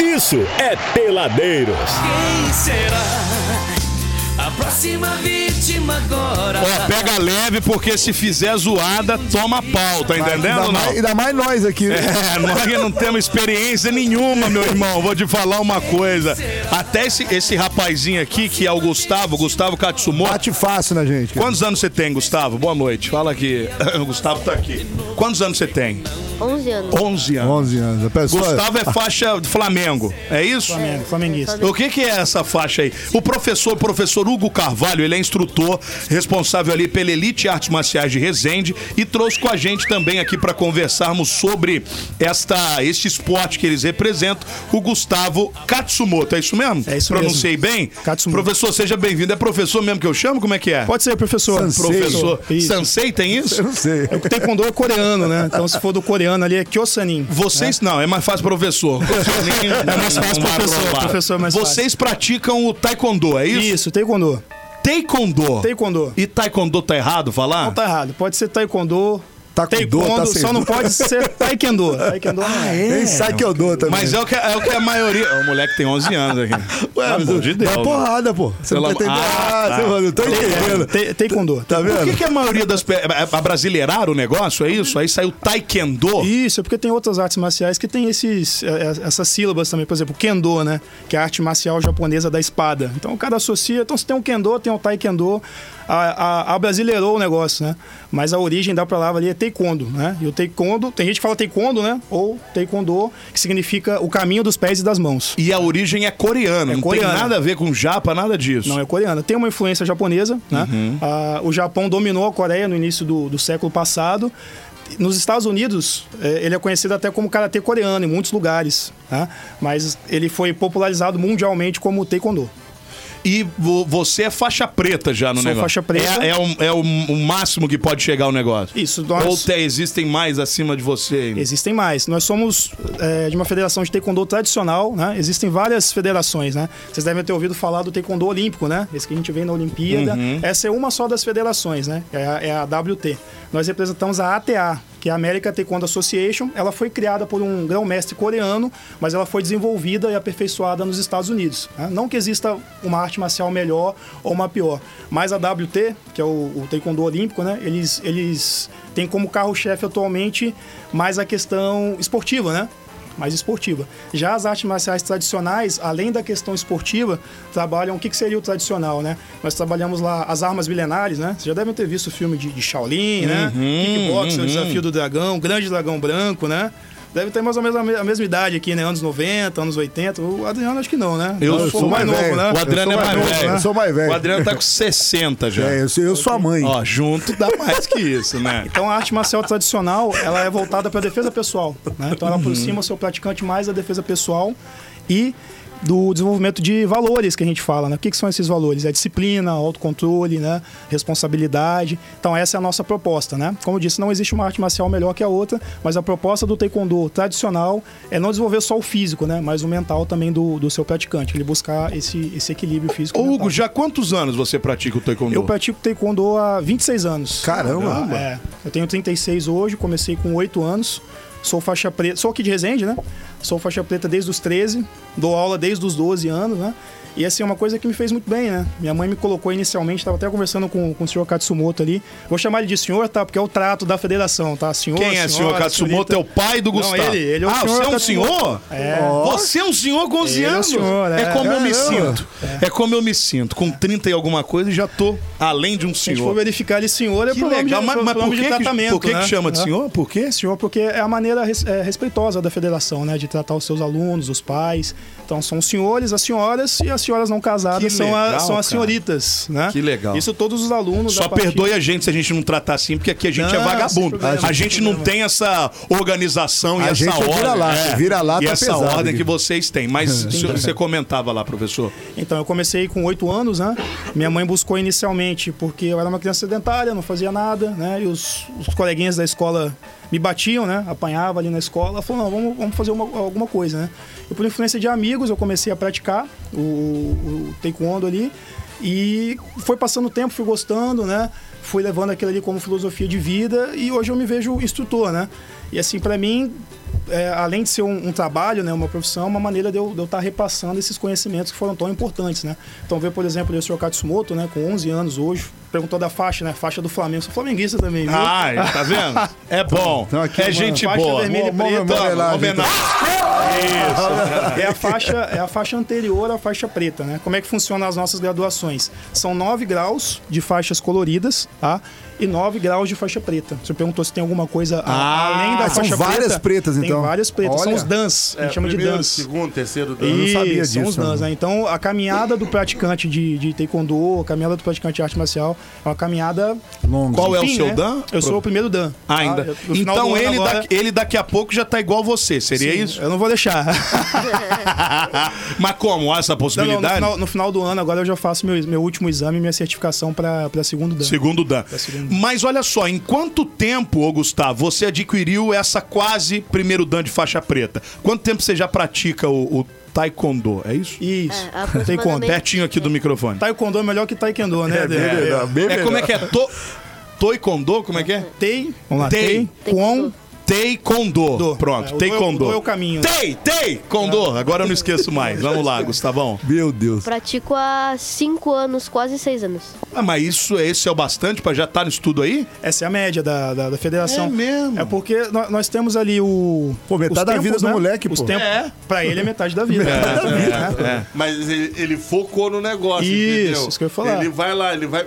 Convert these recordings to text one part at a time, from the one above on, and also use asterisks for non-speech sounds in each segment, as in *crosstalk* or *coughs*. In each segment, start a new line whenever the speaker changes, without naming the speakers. isso é Peladeiros.
Quem será a próxima vítima agora?
Ó, pega leve, porque se fizer zoada, toma pau, tá entendendo?
Ainda
ou não?
mais, ainda mais nós aqui.
É, nós que não temos experiência nenhuma, meu irmão. Vou te falar uma coisa. Até esse, esse rapazinho aqui, que é o Gustavo, Gustavo Katsumoto.
Bate fácil na gente. cara.
Quantos anos você tem, Gustavo? Boa noite. Fala aqui. *coughs* O Gustavo tá aqui. Quantos anos você tem?
11 anos.
11 anos.
11 anos. A pessoa...
Gustavo é faixa do Flamengo, é isso?
Flamengo, flamenguista.
O que, que é essa faixa aí? O professor, professor Hugo Carvalho, ele é instrutor responsável ali pela Elite Artes Marciais de Resende e trouxe com a gente também aqui para conversarmos sobre esta, este esporte que eles representam, o Gustavo Katsumoto. É isso mesmo?
É isso mesmo.
Pronunciei bem?
Katsumoto.
Professor, seja bem-vindo. É professor mesmo que eu chamo? Como é que é?
Pode ser, professor.
Sansei.
Professor
Isso.
Sansei tem isso?
*laughs*
Eu não sei.
O taekwondo é coreano, né? Então, se for do coreano ali, é Kyosanin.
Vocês não, é mais fácil
*laughs*
professor. é
mais fácil professor, professor é mais fácil.
Vocês praticam o taekwondo, é isso?
Isso, taekwondo.
Taekwondo.
Taekwondo.
E taekwondo tá errado falar?
Não tá errado. Pode ser taekwondo,
Taekwondo,
taekwondo,
tá Ah,
só não
certo.
pode
*laughs*
ser taekwondo. Taekwondo não é.
Nem sai que eu dou também.
Mas é o, que, é o que a maioria. O moleque tem 11 anos aqui. Ué,
é, Pô, Dá porrada, pô. Você
Pelo
não tá
amor-
entendendo.
Ah,
Ah,
tá.
você falou, eu tô entendendo.
Ta- Taekwondo.
Tá
Por que,
vendo?
que a maioria das. pe- a- Abrasileiraram o negócio? É isso? Aí saiu taekwondo.
Isso, é porque tem outras artes marciais que tem esses, eh, eh, essas sílabas também. Por exemplo, o kendo, né? Que é a arte marcial japonesa da espada. Então, o cara associa... Então, se tem um kendo, tem um taekwondo. A, a, a brasileirou o negócio, né? Mas a origem da palavra ali é taekwondo, né? E o taekwondo... Tem gente que fala taekwondo, né? Ou taekwondo, que significa o caminho dos pés e das mãos.
E a origem é coreana.
É
não
coreana.
tem nada a ver com japa, nada disso.
Não é coreana. Tem uma influência japonesa, né? Ah, o Japão dominou a Coreia no início do, do século passado. Nos Estados Unidos, eh, ele é conhecido até como karatê coreano em muitos lugares, né? mas ele foi popularizado mundialmente como taekwondo.
E vo- você é faixa preta já no
Sou
negócio.
faixa preta.
É, é o, é o- o máximo que pode chegar o negócio.
Isso, nós-
Ou te- existem mais acima de você ainda.
Existem mais. Nós somos eh, de uma federação de taekwondo tradicional, né? Existem várias federações, né? Vocês devem ter ouvido falar do taekwondo olímpico, né? Esse que a gente vê na Olimpíada. Essa é uma só das federações, né? É a, é a WT. Nós representamos a ATA, que é a American Taekwondo Association. Ela foi criada por um grão-mestre coreano, mas ela foi desenvolvida e aperfeiçoada nos Estados Unidos. né? Não que exista uma arte marcial melhor ou uma pior, mas a WT, que é o, o taekwondo olímpico, né? Eles, eles têm como carro-chefe atualmente mais a questão esportiva, né? Mais esportiva. Já as artes marciais tradicionais, além da questão esportiva, trabalham o que, que seria o tradicional, né? Nós trabalhamos lá as armas milenares, né? Vocês já devem ter visto o filme de, de Shaolin, né?
Uhum,
Kickboxing, o desafio do dragão, o grande dragão branco, né? Deve ter mais ou menos a me- a mesma idade aqui, né? Anos 90, anos 80. O Adriano acho que não, né?
Eu
Não,
sou
foi
mais
velho.
né?
O Adriano é
Eu sou
mais
mais novo,
velho.
né? Eu sou mais velho.
O Adriano tá com 60 já.
É, eu sou, eu sou a mãe.
Ó, junto dá mais que isso,
*laughs*
né?
Então a arte marcial tradicional, ela é voltada para a defesa pessoal, né? Então ela aproxima o seu praticante mais da defesa pessoal e do desenvolvimento de valores que a gente fala, né? O que, que são esses valores? É disciplina, autocontrole, né? Responsabilidade. Então essa é a nossa proposta, né? Como eu disse, não existe uma arte marcial melhor que a outra, mas a proposta do taekwondo tradicional é não desenvolver só o físico, né? Mas o mental também do, do seu praticante, ele buscar esse, esse equilíbrio físico. e
Ô,
mental.
Hugo, já há quantos anos você pratica o taekwondo?
Eu pratico taekwondo há 26 anos.
Caramba.
Ah, é. Eu tenho 36 hoje, comecei com 8 anos. Sou faixa preta, sou aqui de Resende, né? Sou faixa preta desde os 13, dou aula desde os 12 anos, né? E assim, é uma coisa que me fez muito bem, né? Minha mãe me colocou inicialmente, estava até conversando com, com o senhor Katsumoto ali. Vou chamar ele de senhor, tá? Porque é o trato da federação, tá? Senhor,
Quem é, senhor
senhora,
Katsumoto?
senhorita.
É o pai do
Não,
Gustavo.
ele- ele é o
ah,
senhor
você é um
Katsumoto.
senhor?
É.
Você é um senhor com 11
Ele é o
anos?
senhor, é.
como eu me
Caramba.
sinto. É. como eu me sinto. Com 30 e alguma coisa, já tô além de um
Se a gente for
senhor.
verificar ele senhor, é
Que
problema
legal,
de,
mas, mas
problema
por,
de
que, que,
tratamento,
por que,
né?
que chama de
É.
senhor? Por quê?
senhor, porque é a maneira res- é, respeitosa da federação, né? De tratar os seus alunos, os pais. Então são os senhores, as senhoras e as senhoras não casadas
Que
são, a-
legal,
são
cara.
as senhoritas, né?
Que legal.
Isso todos os alunos.
Só
a partir-
perdoe a gente se a gente não tratar assim, porque aqui a gente
Não,
é
sem
vagabundo.
problema,
a gente
sem
não
problema.
tem essa organização e
A
essa
gente é
ordem.
vira-lata, vira-lata
e essa
pesado
ordem
aqui.
que vocês têm. Mas o senhor- você comentava lá, professor.
Então eu comecei com oito anos, né? Minha mãe buscou inicialmente porque eu era uma criança sedentária, não fazia nada, né? E os, os coleguinhas da escola me batiam, né? Apanhava ali na escola. Ela falou, não, vamos, vamos fazer uma- alguma coisa, né? E por influência de amigos eu comecei a praticar o, o taekwondo ali. E foi passando o tempo, fui gostando, né? Fui levando aquilo ali como filosofia de vida e hoje eu me vejo instrutor, né? E assim, pra mim, é, além de ser um, um trabalho, né, uma profissão, uma maneira de eu estar repassando esses conhecimentos que foram tão importantes, né? Então, ver, por exemplo, o Sr. Katsumoto, né, com 11 anos hoje, perguntou da faixa, né? Faixa do Flamengo. Sou flamenguista também, viu?
Ai, tá vendo? É bom.
então aqui
é
uma
gente
faixa
boa.
vermelha e
Uma- uma
preta.
homenagem. homenagem.
É a faixa, é a faixa anterior à faixa preta, né? Como é que funciona as nossas graduações? São 9 graus de faixas coloridas, tá? E 9 graus de faixa preta. Você perguntou se tem alguma coisa a-
Ah,
além da
são
faixa
várias
preta.
pretas, então.
Tem várias pretas. São
Olha.
os dans. A gente chama de
primeiro,
dans.
segundo, terceiro dan.
não
Isso,
sabia
são
disso,
os dans,
né?
né? Então, a caminhada do praticante de, de taekwondo, a caminhada do praticante de arte marcial, é uma caminhada...
Longo.
Qual é o
Enfim,
seu
né?
dan?
Eu sou o primeiro dan.
Ah, ainda.
Ah, eu- no final do
então
ano
ele,
agora-
daqui, ele daqui a pouco já tá igual você, seria
Sim,
isso?
Eu não vou deixar.
*laughs* Mas como há essa
Não, não, no,
possibilidade?
final, no final do ano, agora eu já faço meu, meu último exame e minha certificação para segundo dan.
Segundo o Dan.
segundo.
Mas olha só, em quanto tempo, ô Gustavo, você adquiriu essa quase primeiro Dan de faixa preta? Quanto tempo você já pratica o, o *laughs* Taekwondo? É isso?
Isso.
É, aproximadamente-
taekwondo. É,
Pertinho aqui do microfone.
taekwondo é melhor que taekwondo, né? Adê?
Beleza, bem
É
melhor.
como é que é? To... Taekwondo? Como é que é?
Tei. Vamos lá.
Tei.
Tei. Kwon.
Taekwondo. Pronto,
É, o
Taekwondo.
do é o- É. do é o caminho, né?
Tei, Taekwondo. Agora eu não esqueço mais. Vamos lá, Gustavão.
Meu Deus.
Pratico há 5 anos, quase 6 anos.
Ah, mas isso, esse é o bastante pra já estar no estudo aí?
Essa é a média da, da, da federação.
É mesmo?
É porque nó- nós temos ali o.
Pô, metade
os
da vida do moleque,
os
pô.
Tempos,
É.
Pra ele é metade
*laughs*
da vida.
É.
Mas ele, ele focou no negócio,
Isso,
entendeu?
isso que eu ia falar.
Ele vai lá, ele vai,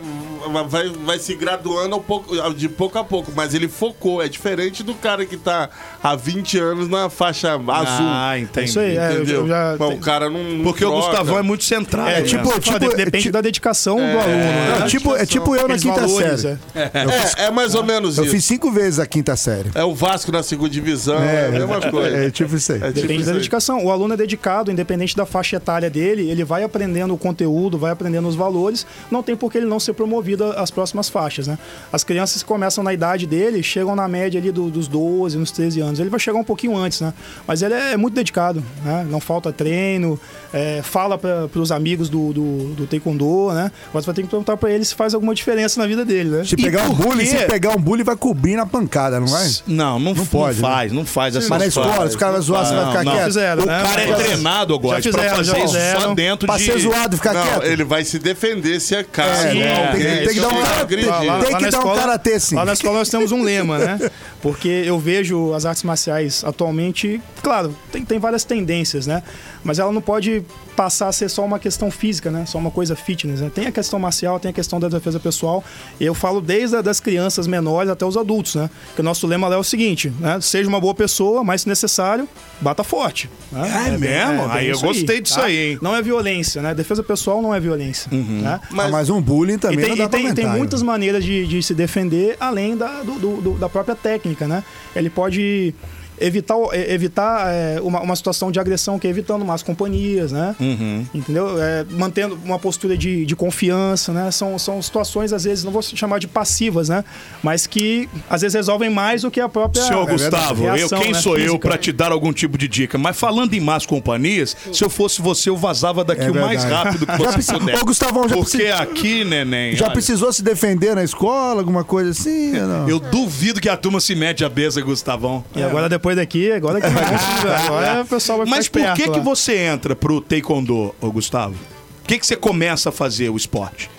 vai, vai se graduando ao pouco- ao- de pouco a pouco, mas ele focou. É diferente do cara que tá há 20 anos na faixa azul.
Ah, entendi.
Isso aí, é, eu-
entendeu?
eu já-
Mas o cara não, não
Porque o
troca.
Gustavão é muito centrado.
É,
né?
tipo,
Fala,
tipo,
de-
depende
ti-
da dedicação do aluno. né?
É tipo, é tipo eu na
Aqueles
quinta
valores, né?
série.
É, é mais ou menos
Eu
isso.
fiz cinco vezes a quinta série.
É o Vasco na segunda divisão, é, a mesma coisa.
É tipo isso aí.
É tipo
Depende
isso
da
aí.
dedicação. O aluno é dedicado, independente da faixa etária dele, ele vai aprendendo o conteúdo, vai aprendendo os valores, não tem por que ele não ser promovido às próximas faixas, né? As crianças que começam na idade dele, chegam na média ali do- dos 12, nos 13 anos. Ele vai chegar um pouquinho antes, né? Mas ele é muito dedicado, né? Não falta treino, é, fala para os amigos do, do, do taekwondo, né? Mas vai ter que perguntar para ele se faz alguma diferença na vida dele, né?
Se
E
pegar um
por
bullying,
quê?
se pegar um bullying, vai cobrir na pancada, não vai?
Não, não, não
pode, né?
faz, não faz essa
Mas na escola, se o cara vai zoar, você vai ficar
não.
quieto.
Fizeram,
O
né?
cara é
Mas-
treinado agora
Já
pra
fizeram,
fazer
já
isso só
fizeram.
dentro
Pra
de...
ser zoado, ficar
Não,
quieto.
ele vai se defender se é caso.
É,
Sim,
alguém
tem que- tem que dar um
chegar
cara-
a agredir.
Lá- lá- Tem que
na
dar um karatê, sim.
Lá na escola nós temos um lema, né? Porque eu vejo as artes marciais atualmente, claro, tem, tem várias tendências, né? Mas ela não pode passar a ser só uma questão física, né? Só uma coisa fitness, né? Tem a questão marcial, tem a questão da defesa pessoal. Eu falo desde a- das crianças menores até os adultos, né? Porque o nosso lema lá é o seguinte, né? Seja uma boa pessoa, mas se necessário, bata forte. né?
É
bem-
mesmo?
bem
Aí eu
isso
gostei
tá?
disso aí, hein?
Não é violência, né? Defesa pessoal não é violência, né?
Mas, mas um bullying também
E tem,
não dá
e tem-
pra
tem
aguentar,
muitas
né?
maneiras de, de se defender, além da, do- do- do- da própria técnica, né? Ele pode evitar, o- eh, evitar eh, uma, uma situação de agressão, que é evitando más companhias, né?
Uhum.
Entendeu? Eh, mantendo uma postura de, de confiança, né? São, são situações, às vezes, não vou chamar de passivas, né? Mas que, às vezes, resolvem mais do que a
É,
própria
Senhor Gustavo, eu,
reação,
quem
né?
sou eu
Física.
pra te dar algum tipo de dica? Mas falando em más companhias, se eu fosse você, eu vazava daqui
É
o mais
verdade.
rápido que
Já
você
precisa-
puder.
Ô, Gustavão, já
Porque
precisa-
aqui, neném,
Já
olha,
precisou se defender na escola, alguma coisa assim? ou não?
eu duvido que a turma se mete a beza, Gustavão.
É
E agora, depois daqui, agora que
*laughs*
é, agora o pessoal vai ficar
Mas por que,
esperto né?
que
lá.
você entra pro taekwondo, ô Gustavo? Por que, que você começa a fazer o esporte?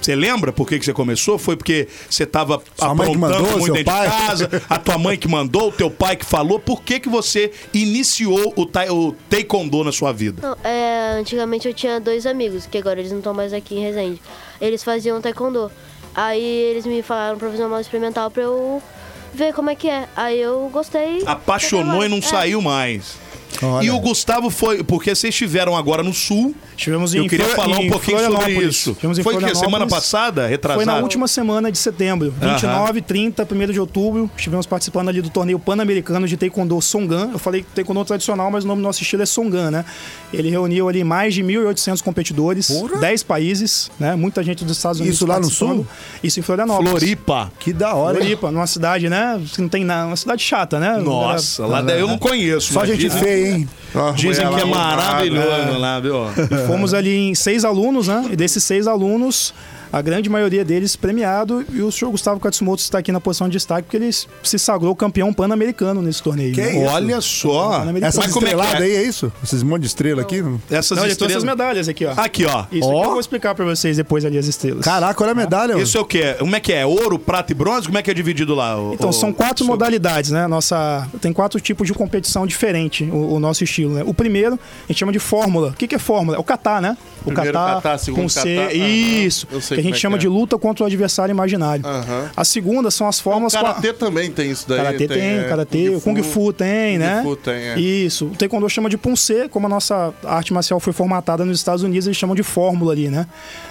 Você lembra por que, que você começou? Foi porque você tava
Sua mãe que mandou,
muito
seu
dentro
pai?
de casa, a tua mãe que mandou, o teu pai que falou. Por que, que você iniciou o, tai- o taekwondo na sua vida?
Não, é, antigamente eu tinha dois amigos, que agora eles não estão mais aqui em Resende. Eles faziam taekwondo. Aí eles me falaram pra fazer uma aula experimental pra eu ver como é que é. Aí eu gostei.
Apaixonou e não
É.
saiu mais.
Olha.
E o Gustavo foi, porque vocês estiveram agora no Sul.
Tivemos
Eu
em
queria
Flor-
falar um
em
pouquinho sobre
Florianópolis.
isso.
Tivemos em
Foi que semana
Florianópolis.
passada,
Tá
retrasada.
Foi na última semana de setembro, 29, 30, 1 de outubro. Estivemos participando ali do torneio pan-americano de Taekwondo Songan. Eu falei Taekwondo tradicional, mas o nome do nosso estilo é Songan, né? Ele reuniu ali mais de 1.800 competidores, 10 países, né? Muita gente dos Estados Unidos.
Isso lá no sul?
participando. Isso em Florianópolis.
Floripa.
Que da hora, hein?
Floripa, numa cidade, né? Que não tem nada. Uma cidade chata, né?
Nossa, lá daí eu é não é conheço.
Só
mas
gente
dizem-
feia, hein?
Dizem que é maravilhoso lá, viu?
Fomos ali em seis alunos, né? E desses seis alunos, a grande maioria deles premiado, e o senhor Gustavo Katsumoto está aqui na posição de destaque, porque ele se sagrou campeão pan-americano nesse torneio. né?
Olha só.
Pan-Americano.
Essas
Mas como é que
estreladas
é?
aí, é isso? Esses monte de estrela aqui? não?
Essas
Não, ele trouxe
estrelas...
as medalhas aqui, ó.
Aqui, ó.
Isso
Ó.
aqui eu vou explicar pra vocês depois ali as estrelas.
Caraca, olha a medalha.
Isso é o quê? Como é que é? Ouro, prata e bronze? Como é que é dividido lá? o-
Então,
o-
são quatro
seu-
modalidades, né? Nossa, tem quatro tipos de competição diferente, o, o nosso estilo, né? O primeiro, a gente chama de fórmula. O que, que é fórmula? É o catar, né? O
Primeiro
catar,
catar, segundo
com C,
catar. Aham.
isso.
Eu sei
que a
como
gente
é
chama
que
de
é.
luta contra o adversário imaginário.
Aham.
A segunda são as
O
fórmulas... com a-
Karatê também tem isso daí.
Karatê tem,
é,
Karatê, o Kung Fu tem,
Kung
né?
Fu tem, é.
Isso. O Taekwondo chama de Punse, como a nossa arte marcial foi formatada nos Estados Unidos, eles chamam de fórmula ali, né?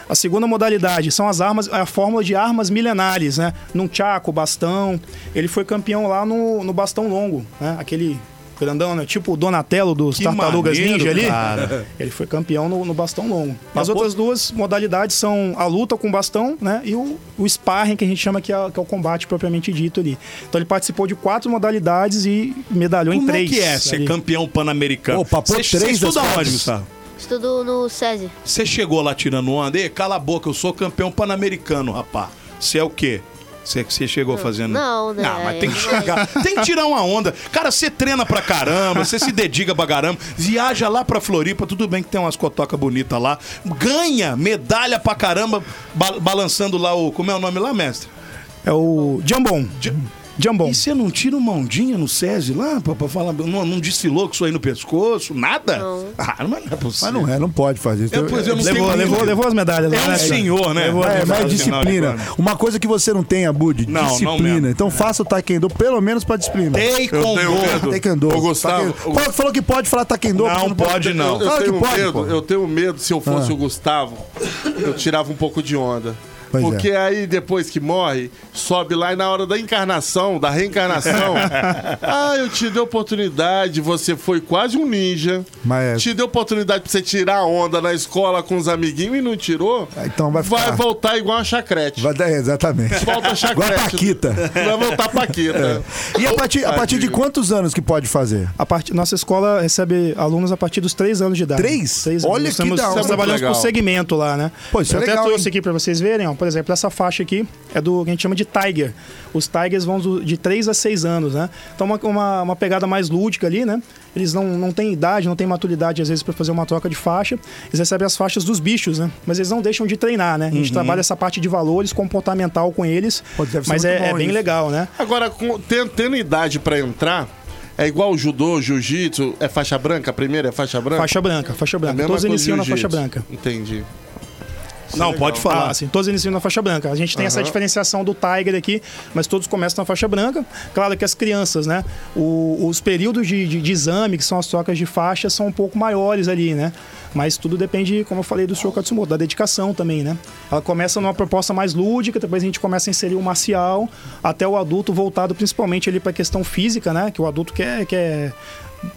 A segunda modalidade são as armas, é a fórmula de armas milenares, né? Num chaco, bastão. Ele foi campeão lá no, no bastão longo, né? Aquele grandão, né? Tipo o Donatello dos
Que
Tartarugas
maneiro,
Ninja ali.
cara.
É. Ele foi campeão no, no bastão longo. As
Mas, pô-
outras duas modalidades são a luta com bastão, né? E o, o sparring, que a gente chama que é, que é o combate propriamente dito ali. Então ele participou de quatro modalidades e medalhou em
Como é
três.
que é ser
ali.
campeão pan-americano?
Pô, papou
Você- Você
três das
estuda onde,
quatro.
Gustavo?
Estudo no SESI.
Você chegou lá tirando onda? Ei, cala a boca, eu sou campeão pan-americano, rapá. Você é o quê? Você você chegou fazendo...
Não, né?
Ah, mas tem que chegar, tem que tirar uma onda. Cara, você treina pra caramba, você se dedica pra caramba, viaja lá pra Floripa, tudo bem que tem umas cotocas bonitas lá, ganha medalha pra caramba, ba- balançando lá o. Como é o nome lá, mestre?
É o Jambon. Jambon.
E você não tira uma ondinha no SESI lá pra, pra falar, não, não desfilou com isso aí no pescoço, nada?
Não.
Ah, mas não é possível.
Mas não é, não pode fazer isso.
Eu, pois, eu não
Levou,
tenho
levou,
muito.
levou as medalhas. lá,
É um
né, cara?
senhor, né?
Levou as
É,
medalhas.
mas disciplina.
Afinal de
Uma coisa que você não tem, Abud,
Não, não
disciplina.
mesmo.
então faça o taekwondo pelo menos pra disciplina. Ah,
Taekwondo.
Eu tenho medo.
Taekwondo.
Ô, Gustavo,
Taekwondo.
ô,
Qual que falou que pode falar taekwondo?
Não
Porque
pode, não.
Eu
Claro Ah, que
tenho
pode, pô.
medo, eu tenho medo, se eu fosse
Ah.
o Gustavo, eu tirava um pouco de onda.
Pois é.
Porque aí, depois que morre, sobe lá e na hora da encarnação, da
*laughs*
reencarnação, ah, eu te dei oportunidade, você foi quase um ninja.
Mas é-
Te dei oportunidade pra você tirar onda na escola com os amiguinhos e não tirou.
Ah, então vai ficar-
voltar igual uma chacrete.
Vai dar- é,
*laughs*
exatamente.
Volta chacrete.
*laughs* Igual a Paquita. É.
Vai voltar paquita.
E a partir, a partir de
Tadinho.
quantos anos que pode fazer?
A partir- nossa escola recebe alunos a partir dos três anos de idade.
Três?
Três
Olha
anos.
que
Nós
da
Nós
hora.
trabalhamos
Legal.
com segmento lá, né?
Pô, isso é
Eu até
legal,
trouxe
hein?
aqui pra vocês verem, ó. Por exemplo, essa faixa aqui é do que a gente chama de Tiger. Os Tigers vão do- de três a seis anos, né? Então, uma, uma, uma pegada mais lúdica ali, né? Eles não, não têm idade, não têm maturidade, às vezes, pra fazer uma troca de faixa. Eles recebem as faixas dos bichos, né? Mas eles não deixam de treinar, né? A gente trabalha essa parte de valores comportamental com eles.
Uhum. Pô, deve ser
mas
muito
é, é
bom
bem
isso.
legal, né?
Agora, com- ten- tendo idade pra entrar, é igual o judô, jiu-jitsu, é faixa branca? A primeira é faixa branca?
Faixa branca, faixa
É a
branca.
mesma
Todos
coisa
iniciam na faixa
jiu-jitsu.
branca.
Entendi.
Não, tá. pode falar.
Ah, sim, todos iniciam na faixa branca. A gente tem essa diferenciação do Tiger aqui, mas todos começam na faixa branca. Claro que as crianças, né? o- os períodos de, de- de exame, que são as trocas de faixa, são um pouco maiores ali, né? Mas tudo depende, como eu falei, do Shoko Katsumoto, da dedicação também, né? Ela começa numa proposta mais lúdica, depois a gente começa a inserir o marcial, até o adulto voltado principalmente ali para a questão física, né? Que o adulto quer, quer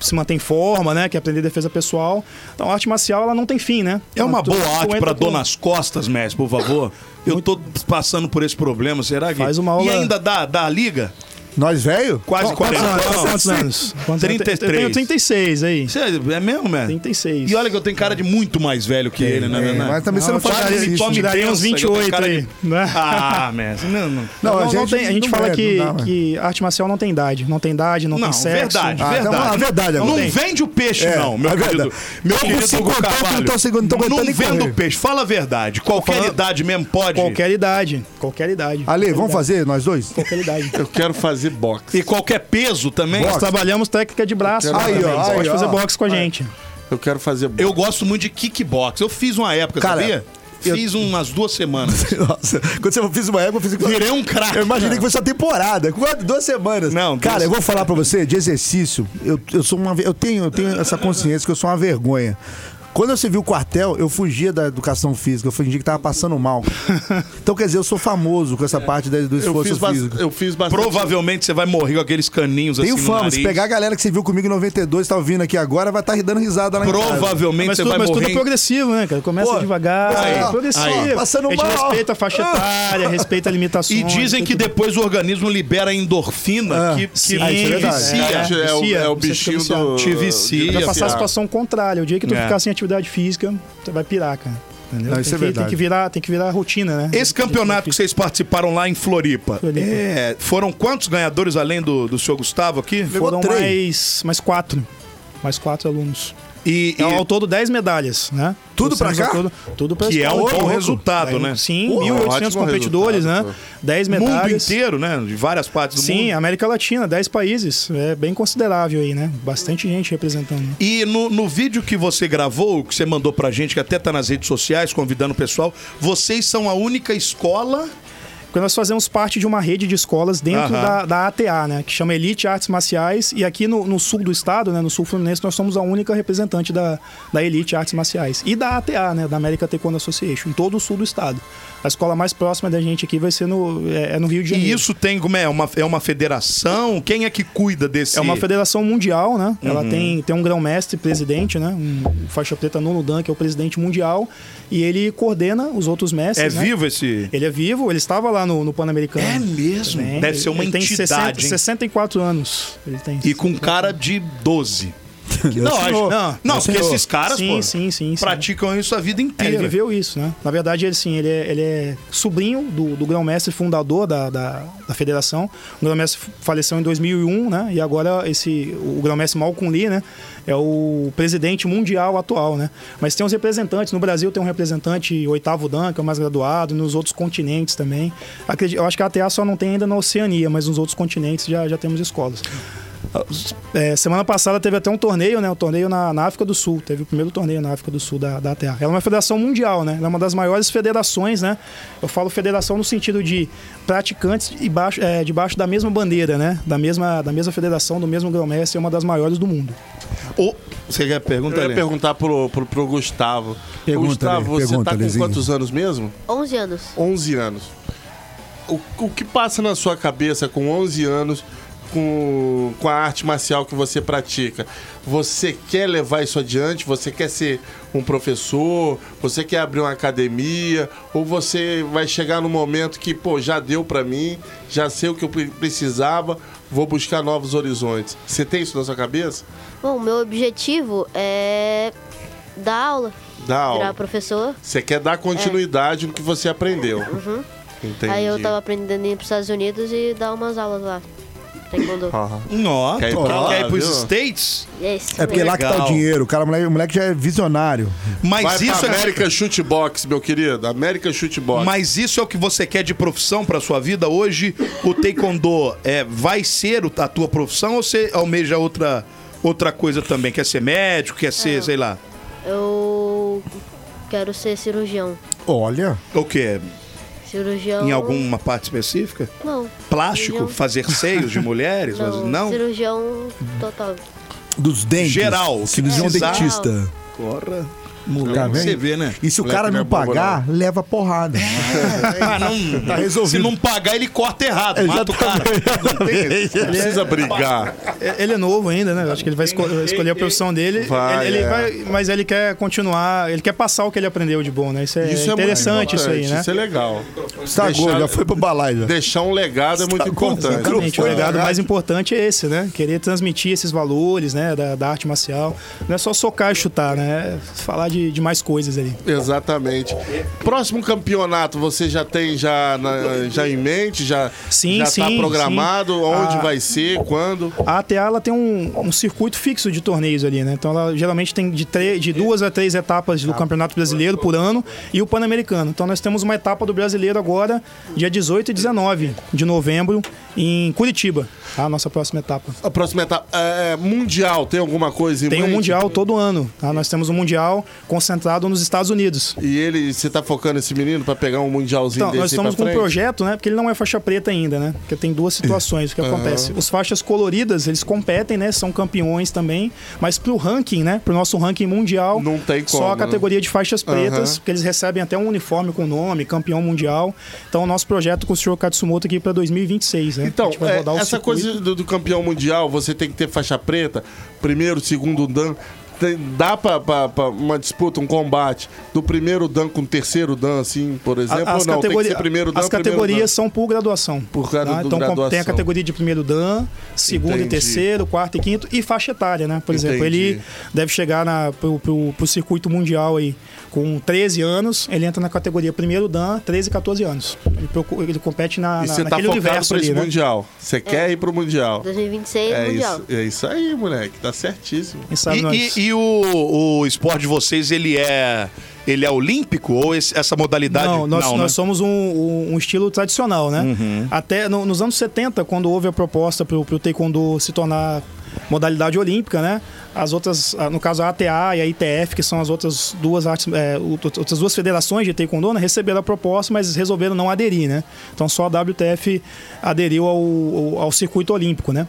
se manter em forma, né? Quer aprender defesa pessoal. Então a arte marcial, ela não tem fim, né?
É uma
Tu-
boa
tu
arte
entra
pra
com-
donas costas, mestre, por favor. Eu tô passando por esse problema, será que.
Faz uma aula-
E ainda dá, dá a liga?
Nós, velho?
Quase 40
Quantos
é?
anos.
anos? Quantos anos? é? Eu
33.
tenho 36 aí.
Você é mesmo, mestre?
36.
E olha que eu tenho cara de muito mais velho que ele, né,
é,
né?
mas também você não
Tome-
faria isso,
tome
né?
Daria uns
benção, eu tenho
28
um cara de-
aí, né?
Ah, mestre. Não, não.
Não, a
não
gente
tem- a gente
não
fala
é,
que,
não dá, mas-
que arte marcial não tem idade. Não tem idade, não,
Não,
tem sexo.
verdade,
Ah, então,
verdade.
ah, verdade
Não
agora.
tem.
vende o peixe,
É,
não, meu
é
querido.
verdado.
Meu
Não
querido
consigo
Hugo
aguentar,
Carvalho.
não tô segurando, não tô
Não
aguentando nem
vendo
correr.
o peixe, fala a verdade. Qualquer
falando-
idade mesmo pode.
Qualquer idade. Qualquer
Ale,
idade. Qualquer
vamos
idade.
fazer nós dois?
Qualquer idade.
Eu quero fazer boxe.
E qualquer peso também.
Nós trabalhamos técnica de braço. né,
Aí,
também.
ó,
Você
aí,
pode fazer
ó.
boxe com a gente.
Eu quero fazer boxe.
Eu gosto muito de kickbox. Eu fiz uma época,
Cara,
sabia?
eu-
Fiz umas duas semanas.
*laughs* Nossa, quando você fiz uma época, eu fiz
Virei um craque.
Eu imaginei que fosse uma temporada. Quanto? Duas semanas.
Não,
Cara,
duas-
eu vou falar pra você de exercício. Eu, eu sou uma. ve- Eu tenho, eu tenho essa consciência que eu sou uma vergonha. Quando eu servi o quartel, eu fugia da educação física, eu fingi que tava passando
*laughs*
mal. Então, quer dizer, eu sou famoso com
É.
essa parte da- do
Eu
esforço
fiz, ba-
físico.
eu fiz bastante.
Provavelmente você vai morrer com aqueles caninhos
Tenho
assim no
fama,
nariz.
se pegar a galera que você viu comigo em 92, tá vindo aqui agora, vai estar tá dando risada lá em casa.
Provavelmente
Mas,
você
tudo,
vai
mas tudo
morrer.
é
em-
progressivo, né, cara? Começa
Pô,
devagar,
aí,
é progressivo.
aí. Passando
a gente
mal. Ah.
respeita a faixa etária, respeita limitações.
E dizem que depois o organismo libera endorfina
Ah,
que, que
Sim,
Ah, isso é verdade.
vicia.
É, é o, é o
Vicia,
bichinho
vicia.
do.
Te vicia.
de
Vai passar a
viciar.
situação contrária. O dia que tu
É.
ficar sem atividade física, você vai pirar, cara. Entendeu?
Ah, isso
tem
é
que,
verdade.
Tem que, virar, tem que virar rotina, né?
Esse campeonato que vocês participaram lá em Floripa,
Floripa.
é, foram quantos ganhadores além do, do senhor Gustavo aqui?
Foram
três.
mais, mais quatro. Mais quatro alunos.
E,
É, ao
e
todo 10 medalhas, né?
Tudo pra
Trouxemos
cá?
ao tudo pra
Que é
escola.
um bom
Louco.
resultado,
Daí,
né?
Sim,
Pô,
1.800
ótimo
competidores,
resultado,
né?
pô.
10
mundo
medalhas.
inteiro, né? De várias partes do
Sim,
mundo.
América Latina, 10 países. É bem considerável aí, né? Bastante gente representando. né?
E no, no vídeo que você gravou, que você mandou pra gente, que até tá nas redes sociais, convidando o pessoal, vocês são a única escola
Porque nós fazemos parte de uma rede de escolas dentro
Aham.
da, da ATA, né? Que chama Elite Artes Marciais. E aqui no, no sul do estado, né? No sul fluminense, nós somos a única representante da, da Elite Artes Marciais. E da ATA, né? Da América Taekwondo Association, em todo o sul do estado. A escola mais próxima da gente aqui vai ser no, é, é no Rio de Janeiro.
E isso tem como é? Uma, é uma federação? Quem é que cuida desse?
É uma federação mundial, né? Ela
Uhum.
tem, tem um grão-mestre presidente, né? Um faixa preta Nuno Dan, que é o presidente mundial. E ele coordena os outros
É
mestres. né?
vivo esse.
Ele é vivo, ele estava lá no, no Pan-Americano.
É mesmo?
também.
Deve ser uma
ele Tem
entidade,
60,
hein?
64 anos. Ele tem.
E com cara de 12. Não, acho-
senhor.
não, não, porque
senhor.
esses caras,
Sim,
pô,
sim, sim, sim.
praticam isso a vida
É, ele
inteira.
viveu isso, né? Na verdade, ele sim, ele é, ele é sobrinho do, do grão-mestre fundador da, da, da federação. O grão-mestre faleceu em 2001, né? E agora esse, o grão-mestre Malcolm Lee, né? É o presidente mundial atual, né? Mas tem os representantes. No Brasil tem um representante oitavo Dan, que é o mais graduado. Nos outros continentes também. Acredi- eu acho que a ATA só não tem ainda na Oceania, mas nos outros continentes já, já temos escolas. É, semana passada teve até um torneio, né? Um torneio na, na África do Sul. Teve o primeiro torneio na África do Sul da, da Terra. Ela é uma federação mundial, né? Ela é uma das maiores federações, né? Eu falo federação no sentido de praticantes e baixo- é, debaixo da mesma bandeira, né? Da mesma, da mesma federação, do mesmo grão-mestre, é uma das maiores do mundo.
Ô, você quer perguntar?
Eu ia
Helena?
perguntar pro, pro, pro Gustavo.
Pergunta,
Gustavo,
Ale,
você
pergunta,
tá com
Alezinho.
quantos anos mesmo?
11 anos.
11 anos. O, o que passa na sua cabeça com 11 anos com, com a arte marcial que você pratica? Você quer levar isso adiante? Você quer ser um professor? Você quer abrir uma academia? Ou você vai chegar no momento que, pô, já deu pra mim, já sei o que eu pre- precisava, vou buscar novos horizontes? Você tem isso na sua cabeça?
Bom, meu objetivo é dar aula,
Dá
virar
aula.
professor.
Você quer dar continuidade no que você aprendeu. Entendi.
Uhum. Aí eu tava aprendendo a ir pros Estados Unidos e dar umas aulas lá. Taekwondo.
Ah,
Nó,
Quer ir
tô-
pra lá,
quer ir pros
viu?
States?
É isso.
É porque lá que tá o
Legal.
dinheiro. O cara, o moleque, o moleque já é visionário.
Mas
Vai
isso
pra
é.
América Shootbox, meu querido. América Shootbox.
Mas isso é o que você quer de profissão pra sua vida hoje? O taekwondo é, vai ser o- a tua profissão ou você almeja outra, outra coisa também? Quer ser médico? Quer ser, sei lá,
Eu quero ser cirurgião.
Olha.
o quê?
Cirurgião.
Em alguma parte específica?
Não.
Plástico?
Cirurgião-
Fazer seios de mulheres? Mas
Não,
não?
Cirurgião total.
Dos dentes.
Geral, que
Cirurgião
precisar.
dentista.
Corra.
Tá
Você
vendo?
vê, né?
E se o cara não
Moleque não é bobo,
pagar, leva porrada.
Ah, não,
Tá resolvido.
Se não pagar, ele corta errado, mata
*laughs*
o cara. Não tem esse.
Não precisa brigar.
É- Ele é novo ainda, né? Eu Acho que ele vai esco- escolher a profissão dele.
Vai,
ele, ele
é.
vai- mas ele quer continuar, ele quer passar o que ele aprendeu de bom, né? Isso é
muito
interessante, isso aí, né?
Isso é legal.
Estragou,
Deixar-
já foi pro balaio. já.
Deixar um legado é muito importante.
Exatamente, o legado mais importante é esse, né? Querer transmitir esses valores, né, da, da arte marcial. Não é só socar e chutar, né? É falar de, de mais coisas ali.
Exatamente. Próximo campeonato, você já tem já, na- já em mente? Já,
Sim,
já tá
sim,
programado?
sim.
Onde
Ah.
vai ser? Quando?
A ATA ela tem um, um circuito fixo de torneios ali, né? Então ela geralmente tem de, tre- de duas a três etapas do Campeonato Brasileiro por ano e o Pan-Americano. Então nós temos uma etapa do Brasileiro agora, dia 18 e 19 de novembro, em Curitiba, tá? a nossa próxima etapa.
A próxima etapa. É, mundial, tem alguma coisa em
Tem um
mente?
Mundial todo ano, tá? Nós temos um Mundial concentrado nos Estados Unidos.
E ele, você tá focando esse menino pra pegar um mundialzinho
Então,
desse
nós
aí
estamos
pra
com um
frente?
projeto, né? Porque ele não é faixa preta ainda, né? Porque tem duas situações o que acontece. Os faixas coloridas, eles competem, né? São campeões também, mas pro ranking, né? Pro nosso ranking mundial,
Não tem como,
só a
né?
categoria de faixas pretas,
Aham.
porque eles recebem até um uniforme com nome, campeão mundial. Então, o nosso projeto com o senhor Katsumoto aqui para 2026, né?
Então,
A gente vai
é,
rodar o
essa
circuito.
coisa do, do campeão mundial, você tem que ter faixa preta, primeiro, segundo dan. tem- dá pra, pra- pra uma disputa, um combate do primeiro dan com o terceiro dan, assim, por
A-
exemplo?
as
ou não? Tem que
categori-
ser primeiro dan,
as
primeiro
categorias
dan.
são por graduação.
Por cada do-
Então com- tem
graduação.
a categoria de primeiro dan, segundo
Entendi.
e terceiro, quarto e quinto e faixa etária, né? Por exemplo, ele
Entendi.
deve chegar na, pro, pro- pro circuito mundial aí com 13 anos, ele entra na categoria primeiro dan, 13 e 14 anos. Ele, procu- ele compete na,
E
na,
você tá
naquele
focado
universo
pra
ali,
esse
né?
Mundial. Você quer ir pro Mundial.
2026
É
Mundial.
isso, é isso aí, moleque. Tá certíssimo.
Quem sabe
E,
nós-
e- e o, o esporte de vocês, ele é. Ele é olímpico ou esse- essa modalidade?
Não, nós,
né?
nós somos um, um- um estilo tradicional, né? Até no- nos anos 70, quando houve a proposta para o Taekwondo se tornar modalidade olímpica, né? As outras, ah, no caso a ATA e a ITF, que são as outras duas artes, é, o- outras duas federações de Taekwondo, né, receberam a proposta, mas resolveram não aderir, né? Então só a WTF aderiu ao, ao- ao circuito olímpico, né?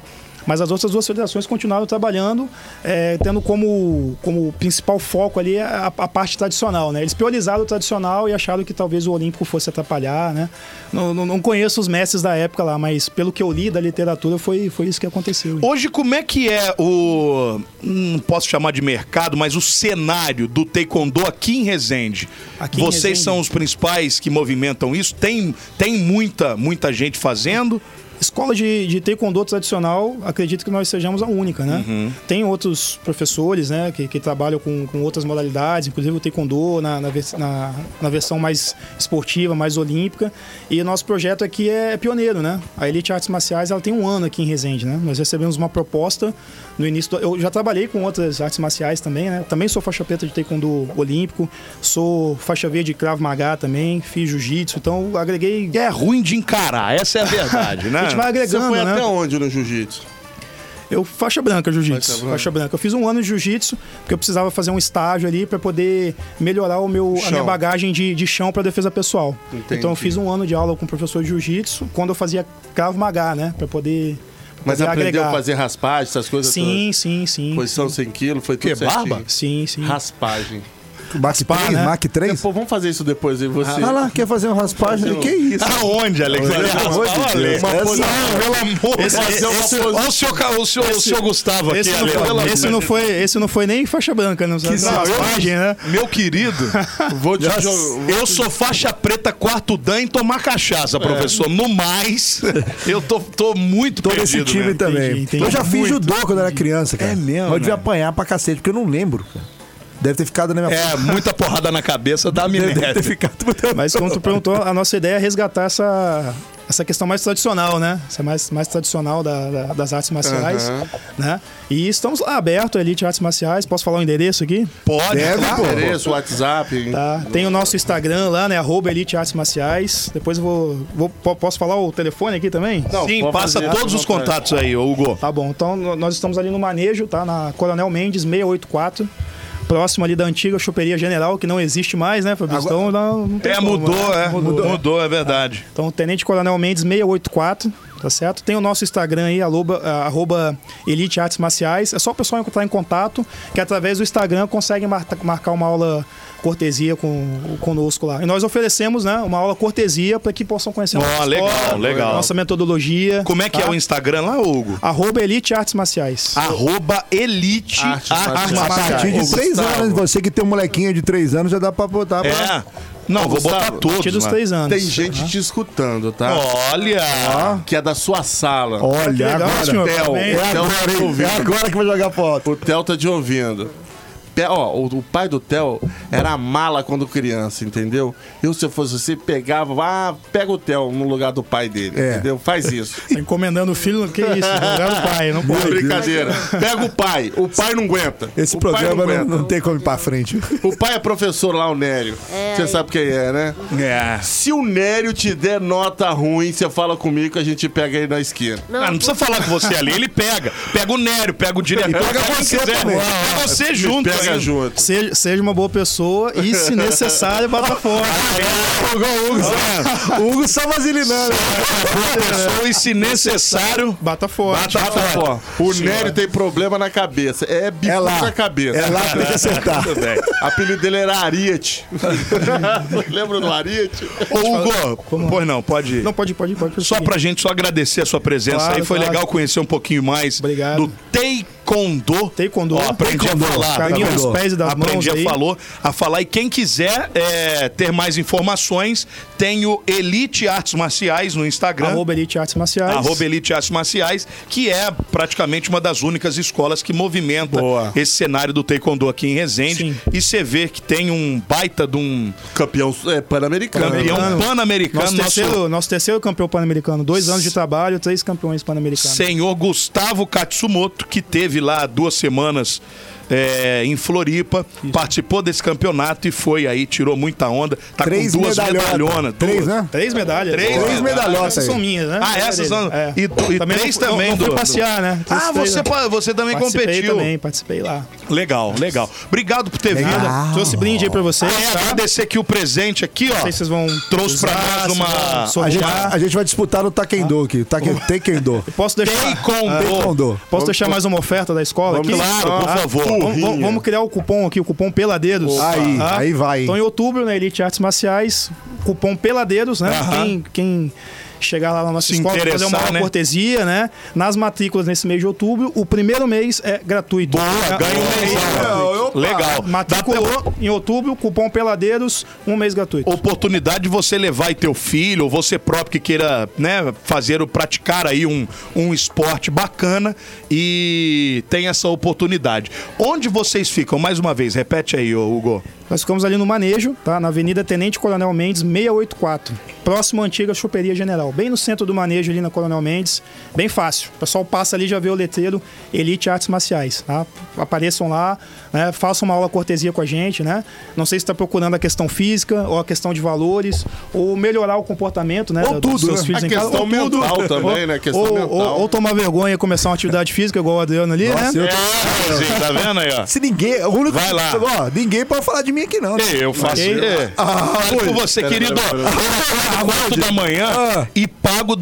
Mas as outras duas federações continuaram trabalhando, eh, tendo como, como principal foco ali a, a parte tradicional, né? Eles priorizaram o tradicional e acharam que talvez o Olímpico fosse atrapalhar, né? Não, não- não conheço os mestres da época lá, mas pelo que eu li da literatura, foi, foi isso que aconteceu.
Hoje, como é que é o. Não posso chamar de mercado, mas o cenário do Taekwondo aqui em Resende?
Aqui em
Vocês
Resende?
são os principais que movimentam isso? Tem, tem muita, muita gente fazendo.
Escola de, de taekwondo tradicional, acredito que nós sejamos a única, né?
Uhum.
Tem outros professores, né, que, que trabalham com, com outras modalidades, inclusive o taekwondo na, na, vers- na- na versão mais esportiva, mais olímpica. E o nosso projeto aqui é pioneiro, né? A Elite Artes Marciais, ela tem um ano aqui em Resende, né? Nós recebemos uma proposta no início... Do, eu já trabalhei com outras artes marciais também, né? Também sou faixa preta de taekwondo olímpico, sou faixa verde de Krav Maga também, fiz jiu-jitsu, então agreguei...
É ruim de encarar, essa é a verdade, né?
A *laughs* gente vai
Você
agregando,
foi
né?
até onde no jiu-jitsu?
Eu faixa branca jiu-jitsu.
Faixa
Faixa
branca.
branca. Eu fiz um ano de jiu-jitsu porque eu precisava fazer um estágio ali para poder melhorar o meu a
Chão.
minha bagagem de, de chão para defesa pessoal.
Entendi.
Então eu fiz um ano de aula com o professor de jiu-jitsu quando eu fazia Krav Maga, né, para poder pra
Mas
poder
aprendeu
agregar.
a fazer raspagem, essas coisas?
Sim, sim, sim.
todas? Posição 100 quilos, foi tudo
Que,
certinho.
barba?
Sim, sim.
Raspagem.
Mac 3?
né?
Mac 3?
Pô, vamos fazer isso depois aí, você.
Ah,
Vai lá, quer fazer uma raspagem?
Fazer um-
Que isso?
*laughs*
Aonde, Alex?
Pelo amor de
Fala, Alex.
Deus.
Não,
Essa-
Pelo amor
Esse-
de Deus.
esse-
Olha é- o seu, ca- o seu, o seu Gustavo aqui,
Esse, não
Alex. Pelo
foi,
amor
esse
de
não
né?
Deus.
foi, esse não foi nem faixa branca, não. Que
Não, eu-
né?
Meu querido,
Vou te
Nossa,
jogar.
eu sou faixa preta quarto dan em tomar cachaça, professor. No mais, eu tô, tô muito
Todo esse
né?
perdido.
time
mesmo.
também.
Entendi, entendi.
Eu já fiz judô quando era criança, cara.
É mesmo,
Mas eu devia
né?
apanhar pra cacete, porque eu não lembro. cara. *laughs* Deve ter ficado na minha.
É, muita porrada na cabeça da
Deve ter
amnésia.
ficado. muito-
Mas
*laughs*
como tu perguntou, a nossa ideia é resgatar essa, essa questão mais tradicional, né? Essa mais, mais tradicional da- da- das artes marciais, né? E estamos lá, aberto, Elite Artes Marciais. Posso falar o endereço aqui?
Pode.
Deve,
claro.
pô.
Endereço, WhatsApp.
Tá? Tem o nosso Instagram lá, né? Arroba Elite Artes Marciais. Depois eu vou, vou- po- Posso falar o telefone aqui também?
Não,
Sim,
pode
passa
fazer,
todos
à
os
vontade.
contatos aí, ô Hugo.
Tá bom, então no- nós estamos ali no manejo, tá? Na Coronel Mendes 684. Próximo ali da antiga choperia general, que não existe mais, né, Fabrício? Então não, não tem
É,
como,
mudou,
né?
é. Mudou, mudou, é verdade.
Então, Tenente Coronel Mendes 684, tá certo? Tem o nosso Instagram aí, arroba, ah, arroba Elite Artes Marciais. É só o pessoal entrar em contato, que através do Instagram consegue mar- marcar uma aula cortesia com, conosco lá. E nós oferecemos né, uma aula cortesia para que possam conhecer a nossa
Ó, legal, legal.
nossa metodologia.
Como é que é o Instagram lá, Hugo?
Arroba Elite Artes Marciais.
Arroba Elite
Artes
Artes
Marciais.
A partir
Marciais.
de três
Gustavo.
anos, você que tem um molequinho de três anos, já dá pra botar pra.
É. Não, vou botar
Gustavo,
todos.
a partir dos
né?
três anos.
Tem gente te escutando, tá?
Olha!
Que é da sua sala.
Ah, Que
Olha,
legal,
agora.
senhor. Tá
Theo.
Parabéns.
É
Então,
agora,
tô
hein?
ouvindo.
É agora que vai jogar foto.
O Theo tá te ouvindo. Pe- Ó, o, o pai do Theo era mala quando criança, entendeu? Eu, se eu fosse você, pegava, ah, pega o Theo no lugar do pai dele,
É.
entendeu? Faz
*laughs*
isso.
Tá encomendando o filho, que isso? Obrigado, pai. Não
É
pode.
brincadeira. Pega o pai. O pai não aguenta.
Esse
o pai
programa não,
aguenta.
não tem como ir pra frente.
O pai é professor lá, o Nério.
É,
Você
aí.
sabe quem é, né?
É.
Se o Nério te der nota ruim, você fala comigo que a gente pega ele na esquina.
Não, não precisa falar com você ali, ele pega. Pega o Nério, pega o diretor, pega, você Ah,
também.
Pega
É
você junto. assim,
pega
ainda.
junto.
Seja, seja uma boa pessoa e, se necessário, bata fora.
Tá.
O Hugo só vaselinando.
Pessoa e se necessário,
Bata fora.
bata fora.
Ó, o Nério tem problema na cabeça. É bico
É lá.
na cabeça.
É lá que tem que acertar.
Tudo bem. O apelido dele era Ariete. *laughs* Lembra do Ariete?
Ô, Hugo, pois não, pode ir.
Não, pode, pode, pode.
Só pra gente só agradecer a sua presença
Claro,
aí, foi
claro.
legal conhecer um pouquinho mais
Obrigado.
do Taekwondo.
Taekwondo.
Taekwondo. é um
Ó, aprendi a
Taekwondo.
falar.
Caminho dos
Taekwondo.
pés e das
aprendi
mãos
a
aí.
falou, a falar. E quem quiser é, ter mais informações, tem o Elite Artes Marciais no Instagram.
Arroba Elite Artes Marciais.
Arroba Elite Artes Marciais, que é praticamente uma das únicas escolas que movimenta
Boa.
esse cenário do Taekwondo aqui em Resende.
Sim.
E você vê que tem um baita de um
Campeão é, pan-americano.
campeão pan-americano,
Nosso,
nosso,
terceiro, nosso terceiro campeão pan-americano. Dois anos de trabalho, três campeões pan-americanos.
senhor Gustavo Katsumoto, que teve lá duas semanas é, em Floripa, participou desse campeonato e foi aí, tirou muita onda. Tá
Três
com duas
medalhonas.
medalhonas.
Três,
duas.
né?
Três medalhas.
Três medalhas.
medalhotas
Essas
aí.
são minhas, né?
Ah, essas são- e- e três
não-
também
Não,
do-
fui passear, né?
Ah,
Três-
você, pa- você também
Participei
competiu.
também, participei lá.
Legal, legal. Obrigado por ter vindo.
Nada, Trouxe brinde aí pra vocês,
Ah. É,
tá? Não
agradecer aqui o presente aqui, ó.
sei se vocês né? vão...
Trouxe pra
usar,
nós
se
uma-
vão
A
A gente,
sortear.
a gente vai disputar o Taekwondo aqui. Taekwondo. Taekwondo.
Posso deixar...
Ah. *laughs* Um Taekwondo.
Taekwondo.
Posso deixar mais uma oferta da escola aqui? Tá.
Claro, por favor.
Vamos, vamos- vamos criar o cupom aqui, o cupom Peladeiros.
Aí,
Ah.
Tá?
aí vai.
Então, em outubro, na Elite Artes Marciais, cupom Peladeiros, né?
Aham.
Quem, quem chegar lá na nossa
Se
escola, fazer uma
interessar, né?
cortesia, né? Nas matrículas nesse mês de outubro, o primeiro mês é gratuito.
Boa, ganha um mês. Legal. Dá pra-
Matriculou em outubro, cupom Peladeiros, um mês gratuito.
oportunidade de você levar aí teu filho ou você próprio que queira, né, fazer o praticar aí um, um esporte bacana e tem essa oportunidade. Onde vocês ficam? Mais uma vez, repete aí, ô Hugo.
Nós ficamos ali no Manejo, tá? Na Avenida Tenente Coronel Mendes, 684. Próximo à antiga Choperia General. Bem no centro do Manejo, ali na Coronel Mendes. Bem fácil. O pessoal passa ali já vê o letreiro Elite Artes Marciais, tá? Apareçam lá, né? façam uma aula cortesia com a gente, né? Não sei se está procurando a questão física, ou a questão de valores, ou melhorar o comportamento, né?
Ou
da-
tudo,
dos seus
né?
filhos
A
em casa.
questão
Ou tudo.
mental também, né? A questão
ou,
mental.
Ou, ou tomar vergonha e começar uma atividade física, igual o Adriano ali, né?
eu tô-
Sim, tá vendo aí, ó?
Se ninguém. O único
Então, Vai lá.
Ó, ninguém pode falar de mim aqui, não. *laughs*
Ei, Eu faço.
Ok.
É. Falo com você, querido. Às 4 da manhã
Ah.
e pago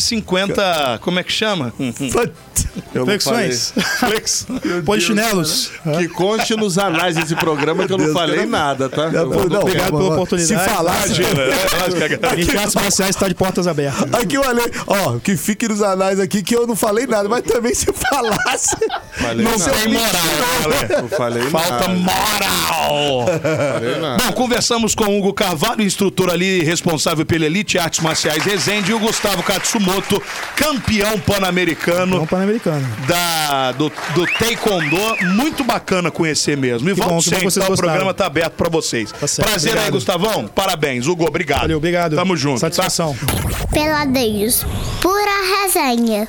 250. Como é que chama?
Eu não
Flexões.
Flex.
Polichinelos.
falei. Que conte nos anais desse programa que eu não falei nada, tá?
Não, não,
Eu-
obrigado
calma,
pela
ó.
oportunidade.
Se falar. se-
é
Elite Artes Marciais está de portas abertas.
Aqui eu olhei, ó, que fique nos anais aqui que eu não falei nada, mas também se eu falasse.
Falei
não
nada.
sei
Tem moral, galera.
Não falei
Ah,
Falta
nada.
moral.
Falei nada.
Bom, conversamos com o Hugo Carvalho, instrutor ali responsável pela Elite Artes Marciais Resende, e o Gustavo Katsumoto, campeão
É um
pan-americano
pan-americano.
da, do, do Taekwondo. Muito bacana conhecer mesmo. E
Que bom,
vamos
que bom
sempre,
que vocês
então, o
gostaram.
programa tá aberto para vocês.
certo,
Prazer aí,
obrigado.
Gustavão. Parabéns, Hugo. Obrigado.
Valeu, obrigado.
Tamo junto. tá?
Satisfação.
Peladeiros, pura resenha.